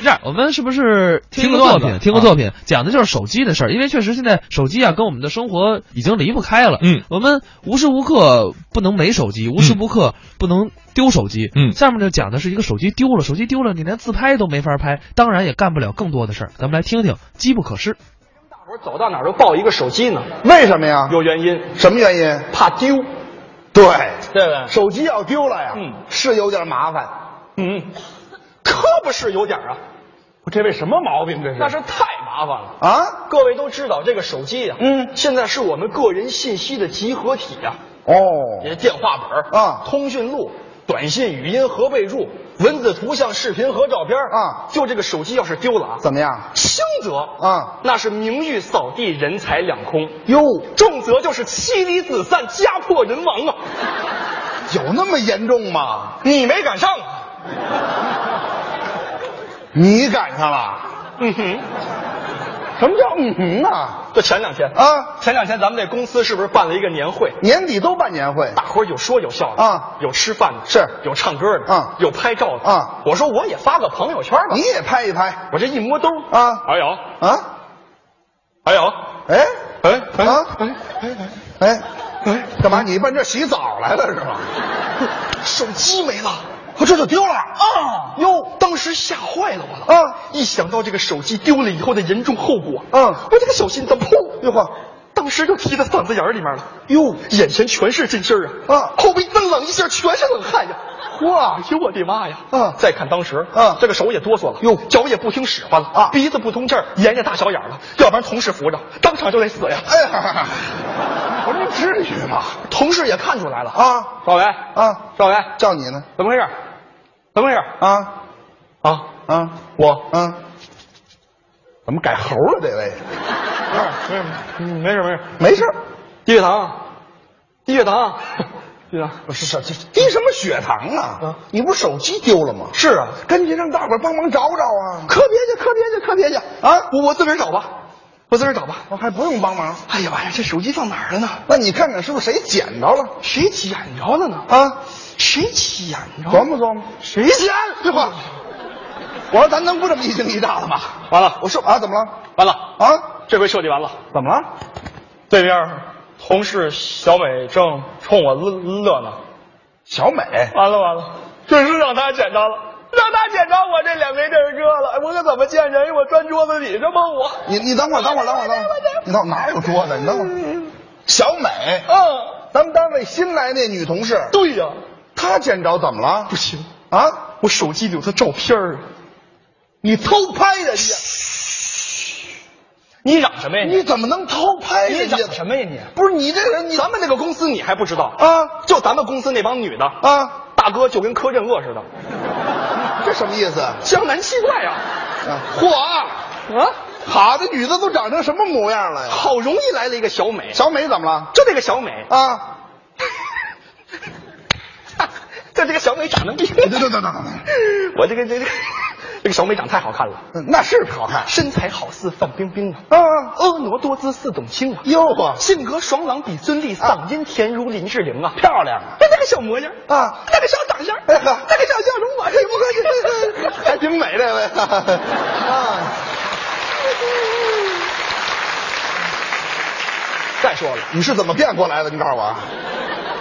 B: 这样，我们是不是听个作
A: 听个段
B: 品？
A: 子
B: 听个作品，讲的就是手机的事儿，因为确实现在手机啊跟我们的生活已经离不开了。
A: 嗯，
B: 我们无时无刻不能没手机，无时无刻不能丢手机。
A: 嗯
B: 下面就讲的是一个手机丢了，手机丢了，你连自拍都没法拍，当然也干不了更多的事儿。咱们来听听，机不可失。
E: 我走到哪儿都抱一个手机呢，
F: 为什么呀？
E: 有原因，
F: 什么原因？
E: 怕丢，
F: 对，
E: 对不对？
F: 手机要丢了呀，
E: 嗯
F: 是有点麻烦。
E: 嗯，可不是有点儿啊，我这位什么毛病这是？那是太麻烦了
F: 啊！
E: 各位都知道这个手机呀、
F: 嗯
E: 现在是我们个人信息的集合体呀、
F: 哦
E: 你这电话本儿
F: 啊
E: 通讯录、短信、语音和备注、文字、图像、视频和照片儿
F: 啊
E: 就这个手机要是丢了啊，
F: 怎么样？
E: 轻则
F: 啊
E: 那是名誉扫地、人财两空；
F: 哟，
E: 重则就是妻离子散、家破人亡啊。
F: 有那么严重吗？
E: 你没赶上啊！
F: 你赶上了？
E: 嗯哼，
F: 什么叫嗯哼啊？
E: 就前两天，
F: 啊，
E: 前两天咱们这公司是不是办了一个年会？
F: 年底都办年会，
E: 大伙儿有说有笑的
F: 啊
E: 有吃饭的，
F: 是
E: 有唱歌的，
F: 啊
E: 有拍照的，
F: 啊
E: 我说我也发个朋友圈吧
F: 你，也拍一拍
E: 我这一摸兜，哎
F: 啊
E: 还有，
F: 啊？
E: 还有，
F: 哎
E: 哎哎
F: 啊
E: 哎哎哎，
F: 哎哎，干嘛？你奔这洗澡来了是吗？
E: 手机没了哦
F: 我这就丢了啊！
E: 啊！哟，当时吓坏了我了
F: 啊！
E: 一想到这个手机丢了以后的严重后果，
F: 嗯
E: 我这个小心脏砰，哟呵，当时就提到嗓子眼儿里面了，
F: 哟，
E: 眼前全是真事儿啊！
F: 啊
E: 后背噔冷一下，全是冷汗呀！哇，哎呦我的妈呀！
F: 啊
E: 再看当时，
F: 啊
E: 这个手也哆嗦了，
F: 哟
E: 脚也不听使唤了，
F: 啊
E: 鼻子不通气儿，眼也大小眼儿了，要不然同事扶着，当场就得死呀！
F: 哎呀，我说这啊至于吗？
E: 同事也看出来了，
F: 啊
E: 赵伟，
F: 啊，
E: 赵伟，
F: 叫你呢
E: 怎么回事？怎么回事？
F: 啊
E: 啊，
F: 啊
E: 我，
F: 啊！怎么改猴了这位？啊
E: 没事，嗯没事，没事，
F: 没事儿，
E: 低血糖，低血糖，低血糖。
F: 不是这滴什么血糖啊
E: 啊？
F: 你不是手机丢了吗？
E: 是啊，
F: 赶紧让大伙儿帮忙找找啊！
E: 可别去，可别去，可别去
F: 啊
E: 我我自个儿找吧。
F: 我自个儿找吧，我哦还不用帮忙。
D: 哎呀妈呀，这手机放哪儿了呢？
F: 那你看看是不是谁捡着了
D: 谁捡着了呢？
F: 啊？
D: 谁捡着？
F: 琢磨琢磨，
D: 谁捡？
F: 这话，我说咱能不这么一惊一乍的吗？
D: 完了，
F: 我说啊，怎么了？
D: 完了，
F: 啊，
D: 这回设计完了。
F: 怎么了？
D: 对面同事小美正冲我乐乐呢。
F: 小美，
D: 完了完了，这是让他捡着了，让他捡着我这脸没地儿搁了，我可怎么见人？我钻桌子底，这不我，
F: 你你等会儿，等会儿，等会儿，等会儿，你到哪有桌子？你等会儿，小美，
D: 嗯，
F: 咱们单位新来那女同事，
D: 对呀、
F: 她捡着怎么了
D: 不？行，
F: 啊，
D: 我手机里有她照片儿啊，
F: 你偷拍人家，
D: 你嚷什么呀
F: 你怎么能偷拍
D: 哎你
F: 人家？
D: 嚷什么呀你？
F: 不是你这人，你
D: 咱们这个公司你还不知道
F: 啊
D: 就咱们公司那帮女的，
F: 啊，
D: 大哥就跟柯震恶似的，
F: 这什么意思？
D: 江南气概啊！
F: 啊嚯啊！
D: 啊，
F: 好，这女的都长成什么模样了呀？
D: 好容易来了一个小美，
F: 小美怎么了？
D: 就这个小美，
F: 啊，
D: 就这个小美长得比，
F: 哎等等等等等，
D: 我这个这个这个小美长太好看了，
F: 嗯那是好看
D: 身材好似范冰冰啊，
F: 啊！
D: 婀娜多姿似董卿啊，
F: 哟呵，
D: 性格爽朗比孙俪，嗓音甜如林志玲啊，
F: 漂亮啊！
D: 那那个小模样
F: 啊
D: 那个小长相，
F: 哎呵
D: 那个小笑容，我这不客 气。
F: 还挺美这位啊！
D: 再说了。
F: 你是怎么变过来的？你告诉我啊，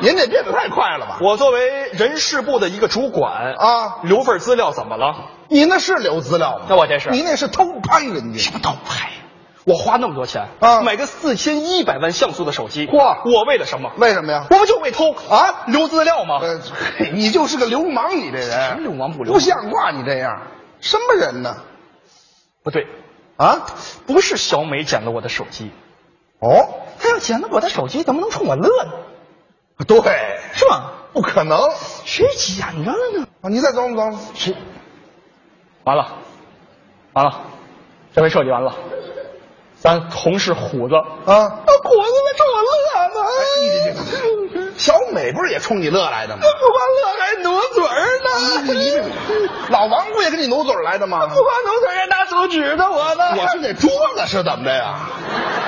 F: 您这变得太快了吧？
D: 我作为人事部的一个主管
F: 啊
D: 留份资料怎么了？
F: 你那是留资料吗？
D: 那我这是
F: 你那是偷拍人家
D: 什么盗拍？我花那么多钱
F: 啊
D: 买个四千一百万像素的手机，
F: 嚯
D: 我为了什么？
F: 为什么呀？
D: 我不就为偷
F: 啊
D: 留资料吗？
F: 呃，嘿你就是个流氓，你这人
D: 什么流氓不流氓
F: 不像话，你这样什么人呢？
D: 不对，
F: 啊，
D: 不是小美捡了我的手机，
F: 哦，
D: 她要捡了我的手机，怎么能冲我乐呢？
F: 对，
D: 是吧？
F: 不可能。
D: 谁捡着了呢？
F: 啊，你再琢磨琢磨，
D: 谁？完了，完了，这回设计完了，咱同事虎子
F: 啊，
D: 果子们冲我乐呢，
F: 你这小美不是也冲你乐来的吗？
D: 不光乐还努嘴儿
F: 你
D: 呢，
F: 你这 老王不也跟你努嘴儿来的吗？
D: 不光努嘴还拿手指着我呢。
F: 我是那桌子是怎么的呀？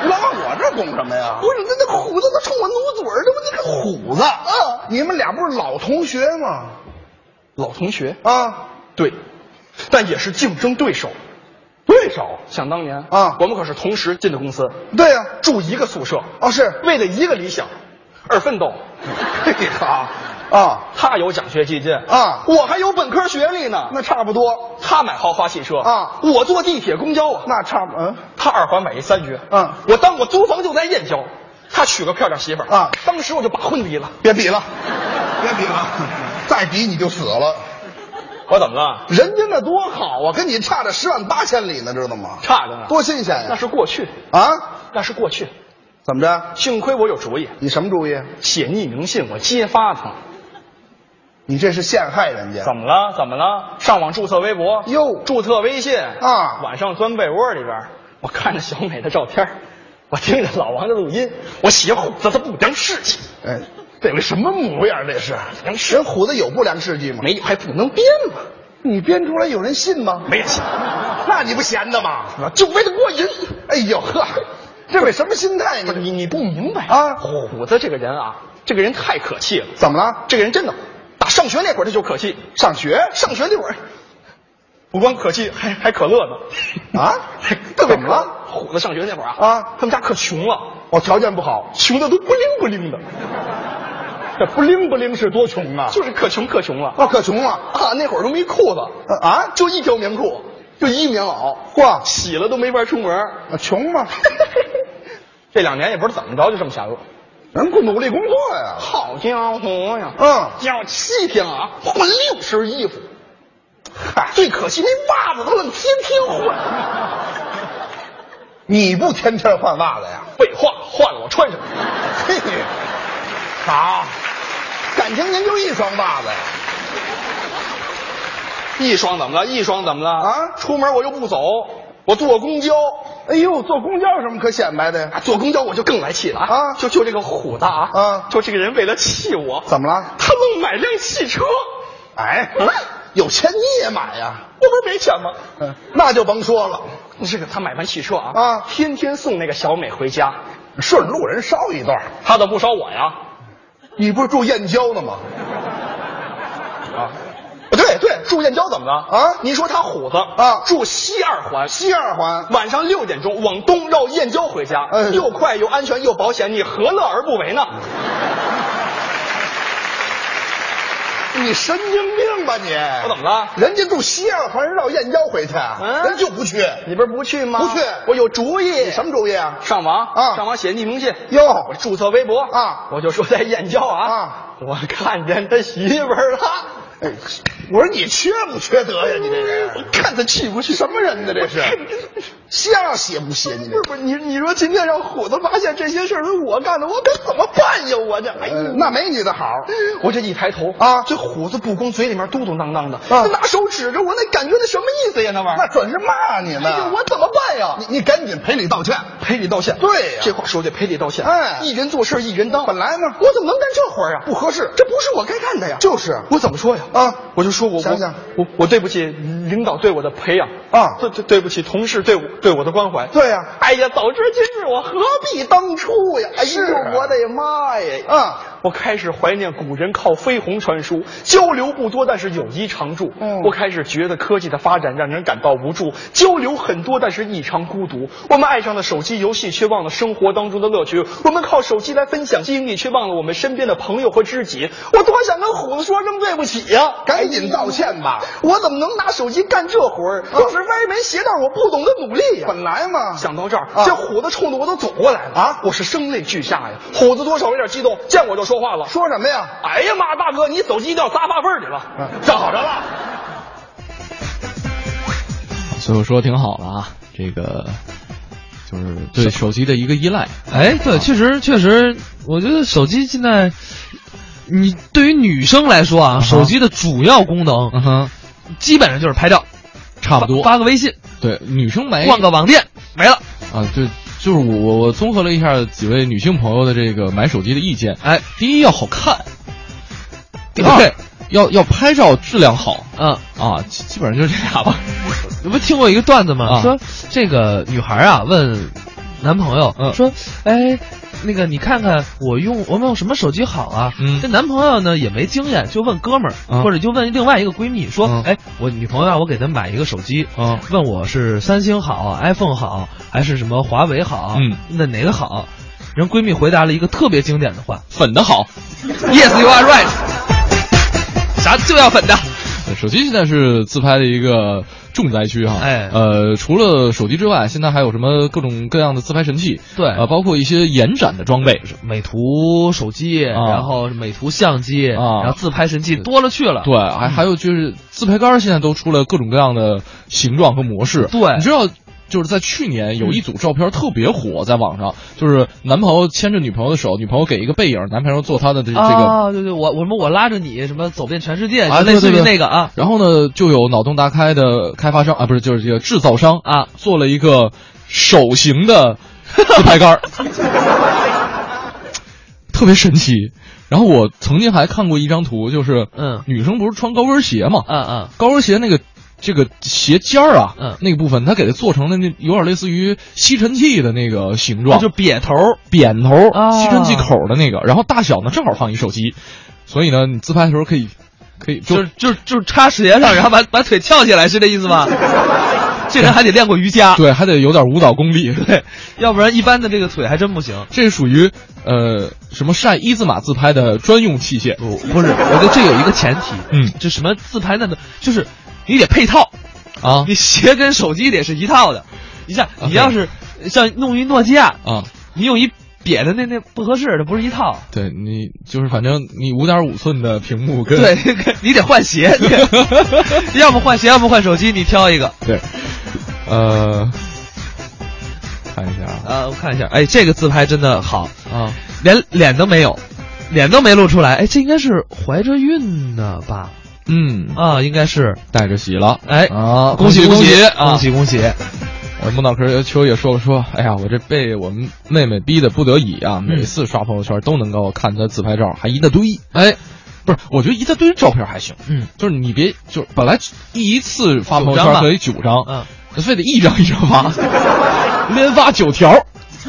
F: 老往我这拱什么呀？
D: 不是那那虎子，他冲我努嘴儿，这不那个啊
F: 虎子，嗯，你们俩不是老同学吗？
D: 老同学
F: 啊，
D: 对，但也是竞争对手。
F: 对手，
D: 想当年
F: 啊
D: 我们可是同时进的公司，
F: 对呀、
D: 住一个宿舍，
F: 哦是，
D: 为了一个理想而奋 斗。
F: 嘿好啊，
D: 他有奖学基金
F: 啊
D: 我还有本科学历呢。
F: 那差不多，
D: 他买豪华汽车
F: 啊
D: 我坐地铁、公交啊。
F: 那差不嗯，
D: 他二环买一三居，
F: 嗯
D: 我当我租房就在燕郊，他娶个漂亮媳妇儿
F: 啊
D: 当时我就把婚离了。
F: 别比了，别比了，再比你就死了。
D: 我怎么了？
F: 人家那多好啊，跟你差着十万八千里呢，知道吗？
D: 差着呢，
F: 多新鲜呀、
D: 那是过去，
F: 啊，
D: 那是过去。
F: 怎么着？
D: 幸亏我有主意，
F: 你什么主意？
D: 写匿名信，我揭发他。
F: 你这是陷害人家。
D: 怎么了？怎么了？上网注册微博，
F: 哟
D: 注册微信
F: 啊
D: 晚上钻被窝里边儿，我看着小美的照片儿，我听着老王的录音，我写虎子的不良事迹，
F: 哎，这位什么模样？这是
D: 良事
F: 人虎子有不良事迹吗？
D: 没有还不能编吗？
F: 你编出来有人信吗？
D: 没人信， 啊
F: 那你不闲的吗？就为了过瘾。哎呦呵，这位什么心态？
D: 不是
F: 你
D: 你你不明白
F: 啊
D: 虎子这个人啊，这个人太可气了，
F: 怎么了？
D: 这个人真的，打上学那会儿他就可气，
F: 上学
D: 上学那会儿，不光可气，还还可乐呢。
F: 啊
D: 还特别
F: 怎么
D: 可
F: 了
D: 乐虎子上学那会儿啊，
F: 啊
D: 他们家可穷了，
F: 我条件不好，
D: 穷的都不灵不灵的，
F: 这不灵不灵是多穷啊！
D: 就是可穷可穷了
F: 啊，可穷了
D: 啊！那会儿都没裤子，
F: 啊！
D: 就一条棉裤，就一棉袄，
F: 嚯，
D: 洗了都没法出门。
F: 啊穷吗？
D: 这两年也不知怎么着就挣钱了，
F: 人不努力工作呀。
D: 好家伙呀！
F: 嗯
D: 要七天啊，换六身衣服。嗨，最可惜那袜子他愣天天换。
F: 你不天天换袜子呀？
D: 废话，换了我穿什么？
F: 嘿，好，感情您就一双袜子呀？
D: 一双怎么了？一双怎么了？
F: 啊
D: 出门我又不走，我坐公交。
F: 哎呦，坐公交有什么可显摆的
D: 啊
F: 呀？
D: 坐公交我就更来气了
F: 啊
D: 就就这个虎子啊，
F: 啊
D: 就这个人为了气我，
F: 怎么了？
D: 他愣买辆汽车，
F: 哎，
D: 嗯
F: 有钱你也买呀、
E: 我不是没钱吗？
F: 嗯，那就甭说了，
G: 这个他买完汽车啊，
F: 啊
G: 天天送那个小美回家，
F: 顺路人捎一段。
G: 他都不捎我呀。
F: 你不是住燕郊呢吗？
G: 啊，
F: 对对，住燕郊怎么了？啊，
G: 你说他虎子
F: 啊
G: 住西二环，
F: 西二环，
G: 晚上六点钟往东绕燕郊回家，
F: 哎
G: 又快又安全又保险，你何乐而不为呢？
F: 你神经病吧你？
G: 我怎么了
F: 人家住西二环绕燕郊回去，啊
G: 嗯
F: 人就不去。
G: 你不是不去吗？
F: 不去
G: 我有主意。
F: 你什么主意啊？
G: 上网
F: 啊
G: 上网写匿名信，
F: 哟
G: 我注册微博
F: 啊
G: 我就说在燕郊啊
F: 啊，
G: 我看见他媳妇儿了，
F: 哎，我说你缺不缺德呀？你这人，
G: 看他气不气？
F: 什么人呢？这是瞎写不写？你这
G: 不是不是你你说今天让虎子发现这些事儿是我干的，我可怎么办呀？我这哎呦
F: 呃，那没你的好。
G: 我这一抬头
F: 啊
G: 这虎子不光嘴里面嘟嘟囔囔的，他拿手指着我，那感觉那什么意思呀？啊那玩意
F: 那
G: 儿，
F: 准是骂你呢。
G: 哎呦，我怎么办呀？
F: 你你赶紧赔礼道歉。
G: 赔礼道歉，
F: 对呀
G: 这话说的赔礼道歉。
F: 哎
G: 一人做事一人当，
F: 本来嘛
G: 我怎么能干这活儿啊？
F: 不合适
G: 这不是我该干的呀。
F: 就是
G: 我怎么说呀？
F: 啊
G: 我就说我
F: 想想
G: 我我我对不起领导对我的培养
F: 啊
G: 对对对不起同事对我对我的关怀。
F: 对呀
G: 哎呀，早知今日我何必当初呀？哎
F: 是啊
G: 呦，我的妈呀！
F: 啊，
G: 我开始怀念古人靠飞鸿传书，交流不多，但是友谊常驻。
F: 嗯
G: 我开始觉得科技的发展让人感到无助，交流很多，但是异常孤独。我们爱上了手机游戏，却忘了生活当中的乐趣。我们靠手机来分享经历，却忘了我们身边的朋友和知己。我多想跟虎子说声对不起呀、
F: 赶紧道歉吧
G: 哎我怎么能拿手机干这活儿？
F: 啊
G: 又是歪门邪道，我不懂得努力呀、
F: 本来嘛，
G: 想到这儿，
F: 啊
G: 这虎子冲着我都走过来了啊！我是声泪俱下呀。虎子多少有点激动，见我就说话了，
F: 说什么呀？啊
G: 哎呀妈，大哥，你手机掉沙发缝儿里了，找着了。
A: 所以我说挺好了啊，这个就是对手机的一个依赖。啊
B: 哎，对，确实确实，我觉得手机现在，你对于女生来说啊，手机的主要功
A: 嗯
B: 能
A: 哼，
B: 基本上就是拍照，
A: 差不多哎
B: 发发个微信，
A: 对，女生没
B: 逛个网店，没了。
A: 啊，对，就是我我我综合了一下几位女性朋友的这个买手机的意见，
B: 哎，
A: 第一要好看，第
B: 对
A: 二要要拍照质量好
B: 嗯，
A: 啊，基基本上就这俩吧。
B: 你不听过一个段子吗？
A: 啊
B: 说这个女孩啊问男朋友、
A: 嗯
B: 说，哎，那个你看看我用我们用什么手机好啊？
A: 嗯
B: 这男朋友呢也没经验，就问哥们儿、
A: 嗯
B: 或者就问另外一个闺蜜说，
A: 嗯
B: 哎，我女朋友让我给她买一个手机，
A: 嗯
B: 问我是三星好、iPhone 啊好还是什么华为好？啊
A: 嗯，
B: 那哪个好？人闺蜜回答了一个特别经典的话
A: 粉的好，
B: ：Yes, you are right。啥就要粉的。
A: 手机现在是自拍的一个重灾区哈。
B: 哎
A: 呃，除了手机之外，现在还有什么各种各样的自拍神器？
B: 对
A: 呃，包括一些延展的装备。
B: 美图手机，
A: 啊
B: 然后美图相机，
A: 啊
B: 然后自拍神器多了去了。
A: 对，还还有就是自拍杆儿现在都出了各种各样的形状和模式。
B: 对
A: 你知道。就是在去年有一组照片特别火，在网上，就是男朋友牵着女朋友的手，女朋友给一个背影，男朋友做他的这这个
B: 啊，对对，我我什么我拉着你什么走遍全世界，
A: 啊，
B: 就类似于
A: 对对对
B: 那个啊
A: 然后呢，就有脑洞大开的开发商啊，不是，就是这个制造商
B: 啊，
A: 做了一个手型的自拍 杆儿，特别神奇。然后我曾经还看过一张图，就是
B: 嗯
A: 女生不是穿高跟鞋嘛，
B: 嗯嗯，
A: 高跟鞋那个这个鞋尖儿啊，
B: 嗯
A: 那个部分，它给它做成了那有点类似于吸尘器的那个形状，
B: 啊就瘪头，
A: 哦扁头、
B: 啊
A: 吸尘器口的那个，然后大小呢正好放一手机，所以呢，你自拍的时候可以可以
B: 就就就插鞋上，然后把把腿翘起来，是这意思 吗？这人还得练过瑜伽，
A: 对，还得有点舞蹈功力。 对，
B: 要不然一般的这个腿还真不行。
A: 这属于呃什么晒一字马自拍的专用器械。
B: 不不是，我觉得这有一个前提，
A: 嗯
B: 这什么自拍那都就是你得配套，
A: 啊
B: 你鞋跟手机得是一套的。你像
A: OK
B: 你要是像弄一诺基亚，
A: 啊，
B: 你用一瘪的那那不合适，这不是一套。
A: 对你就是反正你五点五寸的屏幕 跟
B: 对， 你得换鞋，你得要么换鞋，要么换手机，你挑一个。
A: 对，呃，看一下啊
B: 呃，我看一下，哎，这个自拍真的好，
A: 啊，
B: 连脸都没有，脸都没露出来。哎，这应该是怀着孕呢吧？
A: 嗯，
B: 啊，应该是。
A: 带着喜了，
B: 哎，
A: 啊，
B: 恭
A: 喜
B: 恭
A: 喜
B: 恭！喜恭喜！
A: 呃木脑壳秋也说了说，哎呀，我这被我们嗯妹妹逼得不得已啊，每次刷朋友圈都能够看她自拍照，还一大堆。
B: 哎，
A: 不是，我觉得一大堆照片还行，
B: 嗯，
A: 就是你别就是本来一次发朋友
B: 九张
A: 圈
B: 吧
A: 可以九张，啊
B: 嗯，
A: 非得一张一张发， 连发九条，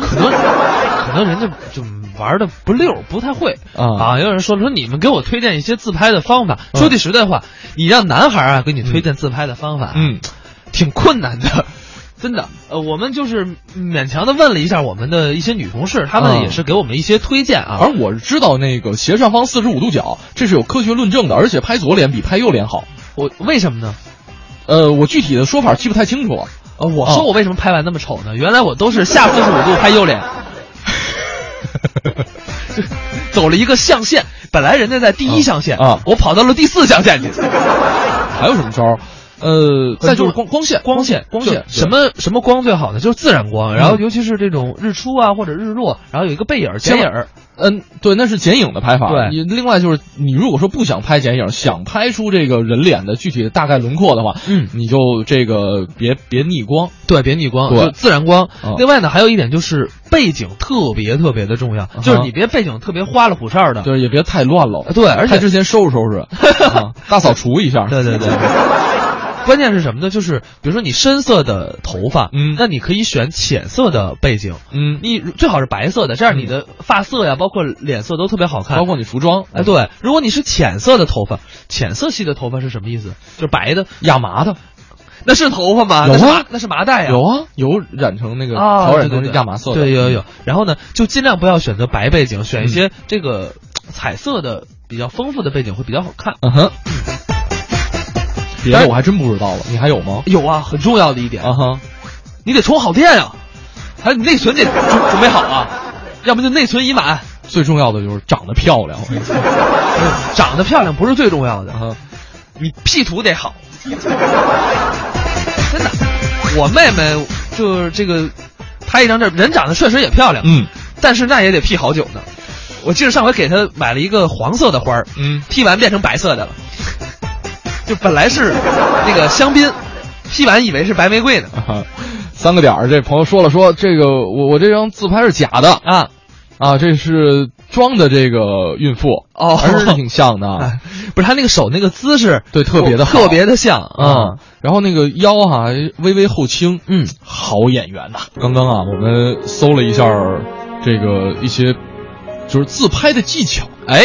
B: 可能可能人家就玩的不溜，不太会
A: 啊
B: 啊。也有人说了说你们给我推荐一些自拍的方法。说句实在话，你让男孩啊给你推荐自拍的方法，啊
A: 嗯，
B: 挺困难的。 真的，呃，我们就是勉强的问了一下我们的一些女同事，她
A: 嗯
B: 们也是给我们一些推荐啊。
A: 而我是知道那个斜上方四十五度角，这是有科学论证的，而且拍左脸比拍右脸好。
B: 我为什么呢？
A: 呃，我具体的说法记不太清楚啊了。
B: 呃，我说我为什么拍完那么丑呢？原来我都是下四十五度拍右 脸，走了一个象限。本来人家在第一象限
A: 啊啊
B: 我跑到了第四象限去。
A: 还有什么招儿？呃，再就是光光线，
B: 光线，
A: 光线
B: 就嗯什？么什么光最好呢？就是自然光，然后尤其是这种日出啊或者日落，然后有一个背影儿、剪影儿，
A: 对嗯，对，那是剪影的拍法。
B: 对
A: 你另外就是，你如果说不想拍剪影，想拍出这个人脸的具体的大概轮廓的话，
B: 嗯
A: 你就这个别别逆光。
B: 对，别逆光，
A: 对
B: 就自然光
A: 啊。
B: 另外呢，还有一点就是背景特别特别的重
A: 啊
B: 要，就是你别背景特别花里胡哨的。
A: 就是也别太乱了，
B: 对而且
A: 太之前收拾 收拾，啊大扫除一下。
B: 对对对。关键是什么呢？就是比如说你深色的头发，
A: 嗯
B: 那你可以选浅色的背景，
A: 嗯，
B: 你最好是白色的，这样你的发色呀，包括脸色都特别好看。
A: 包括你服装，
B: 哎，对，如果你是浅色的头发，浅色系的头发是什么意思？就是白的，
A: 亚麻的
B: 那是头发吗？
A: 有
B: 那
A: 啊
B: 是麻那是麻哎袋呀。
A: 有啊，有染成那个
B: 啊，
A: 调染
B: 对
A: 成
B: 对对
A: 亚麻色的。
B: 对，有有有。然后呢，就尽量不要选择白背景，选一些这个呃彩色的比较丰富的背景会比较好看。
A: 嗯哼，别
B: 但
A: 的
B: 是
A: 我还真不知道了，你还有吗？
B: 有啊，很重要的一点，
A: 啊哈，
B: 你得充好电啊，还有你内存得准准备好啊，要不就内存已满。
A: 最重要的就是长得漂亮。
B: 长得漂亮不是最重要的，
A: 啊，
B: 你 P 图得好。真的，我妹妹就是这个拍一张照，人长得确实也漂亮，
A: 嗯，
B: 但是那也得 P 好久呢。我记得上回给她买了一个黄色的花儿，
A: 嗯
B: ，P 完变成白色的了，就本来是那个香槟，P 完以为是白玫瑰呢。
A: 啊哈 三个点儿，这朋友说了说这个我我这张自拍是假的
B: 啊，
A: 啊，这是装的这个孕妇
B: 哦
A: 还是挺像的啊
B: 哎，不是她那个手那个姿势，
A: 对特别的好
B: 特别的像啊。
A: 啊，然后那个腰哈、还微微后倾，
B: 嗯，
A: 好演员呐、刚刚啊，我们搜了一下儿这个一些就是自拍的技巧，哎，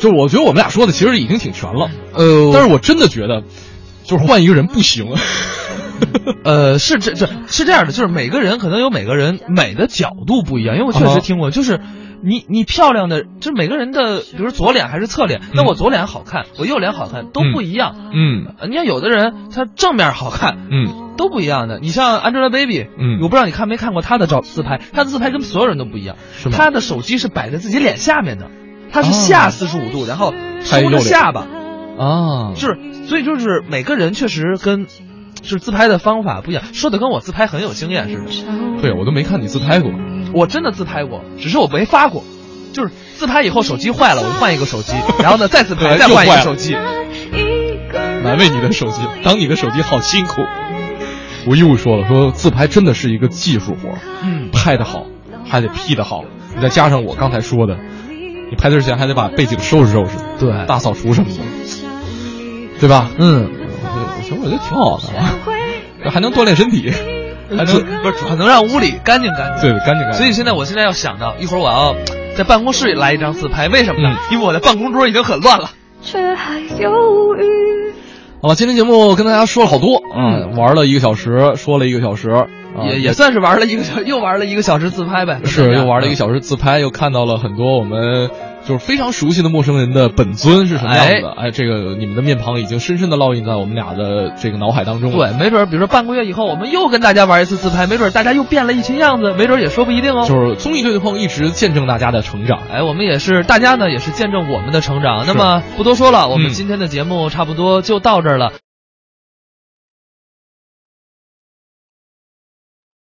A: 就是我觉得我们俩说的其实已经挺全了，
B: 呃
A: 但是我真的觉得就是换一个人不 行。
B: 呃，是这这是这样的，就是每个人可能有每个人美的角度不一样，因为我确
A: 啊哈
B: 实听过，就是你你漂亮的，就是每个人的，比如左脸还是侧脸，那我左脸好看，我右脸好看都不一样。
A: 嗯
B: 呃你看有的人他正面好看。
A: 嗯
B: 都不一样的，你像 Angelababy，
A: 嗯
B: 我不知道你看没看过她的照自拍，她的自拍跟所有人都不一样，
A: 是吗
B: 她的手机是摆在自己脸下面的，她
A: 哦
B: 是下四十五度，然后
A: 拍右
B: 收着
A: 脸
B: 下巴，
A: 啊，
B: 就是，所以就是每个人确实跟，就是自拍的方法不一样。说的跟我自拍很有经验似的，
A: 对我都没看你自拍过，
B: 我真的自拍过，只是我没发过。就是自拍以后手机坏了，我就换一个手 机，然后呢再自
A: 哎
B: 拍，再换一
A: 又
B: 个
A: 坏了
B: 手机。
A: 难为你的手机，当你的手机好辛苦。我又说了，说自拍真的是一个技术活儿，
B: 嗯，
A: 拍得好，还得 P 得好，你再加上我刚才说的，你拍之前还得把背景收拾收拾，
B: 对
A: 大扫除什么的，对吧？嗯，我觉得我觉得挺好的啊，还能锻炼身体，还能
B: 主不是可能让屋里干净干净。
A: 对干净干净。
B: 所以现在我现在要想到，一会儿我要在办公室里来一张自拍，为什么呢？
A: 嗯
B: 因为我的办公桌已经很乱了。
H: 却还犹豫。
A: 好了，今天节目跟大家说了好多，嗯，玩了一个小时，说了一个小时，啊
B: 也也算是玩了一个小，又玩了一个小时自拍呗。
A: 是又
B: 嗯
A: 玩了一个小时自拍，又看到了很多我们就是非常熟悉的陌生人的本尊是什么样子的。哎这个你们的面庞已经深深的烙印在我们俩的这个脑海当中了。
B: 对，没准儿比如说半个月以后，我们又跟大家玩一次自拍，没准儿大家又变了一群样子，没准儿也说不一定哦。
A: 就是综艺对对碰一直见证大家的成长。
B: 哎，我们也是，大家呢也是见证我们的成长。那么不多说了，我们
A: 嗯
B: 今天的节目差不多就到这儿了。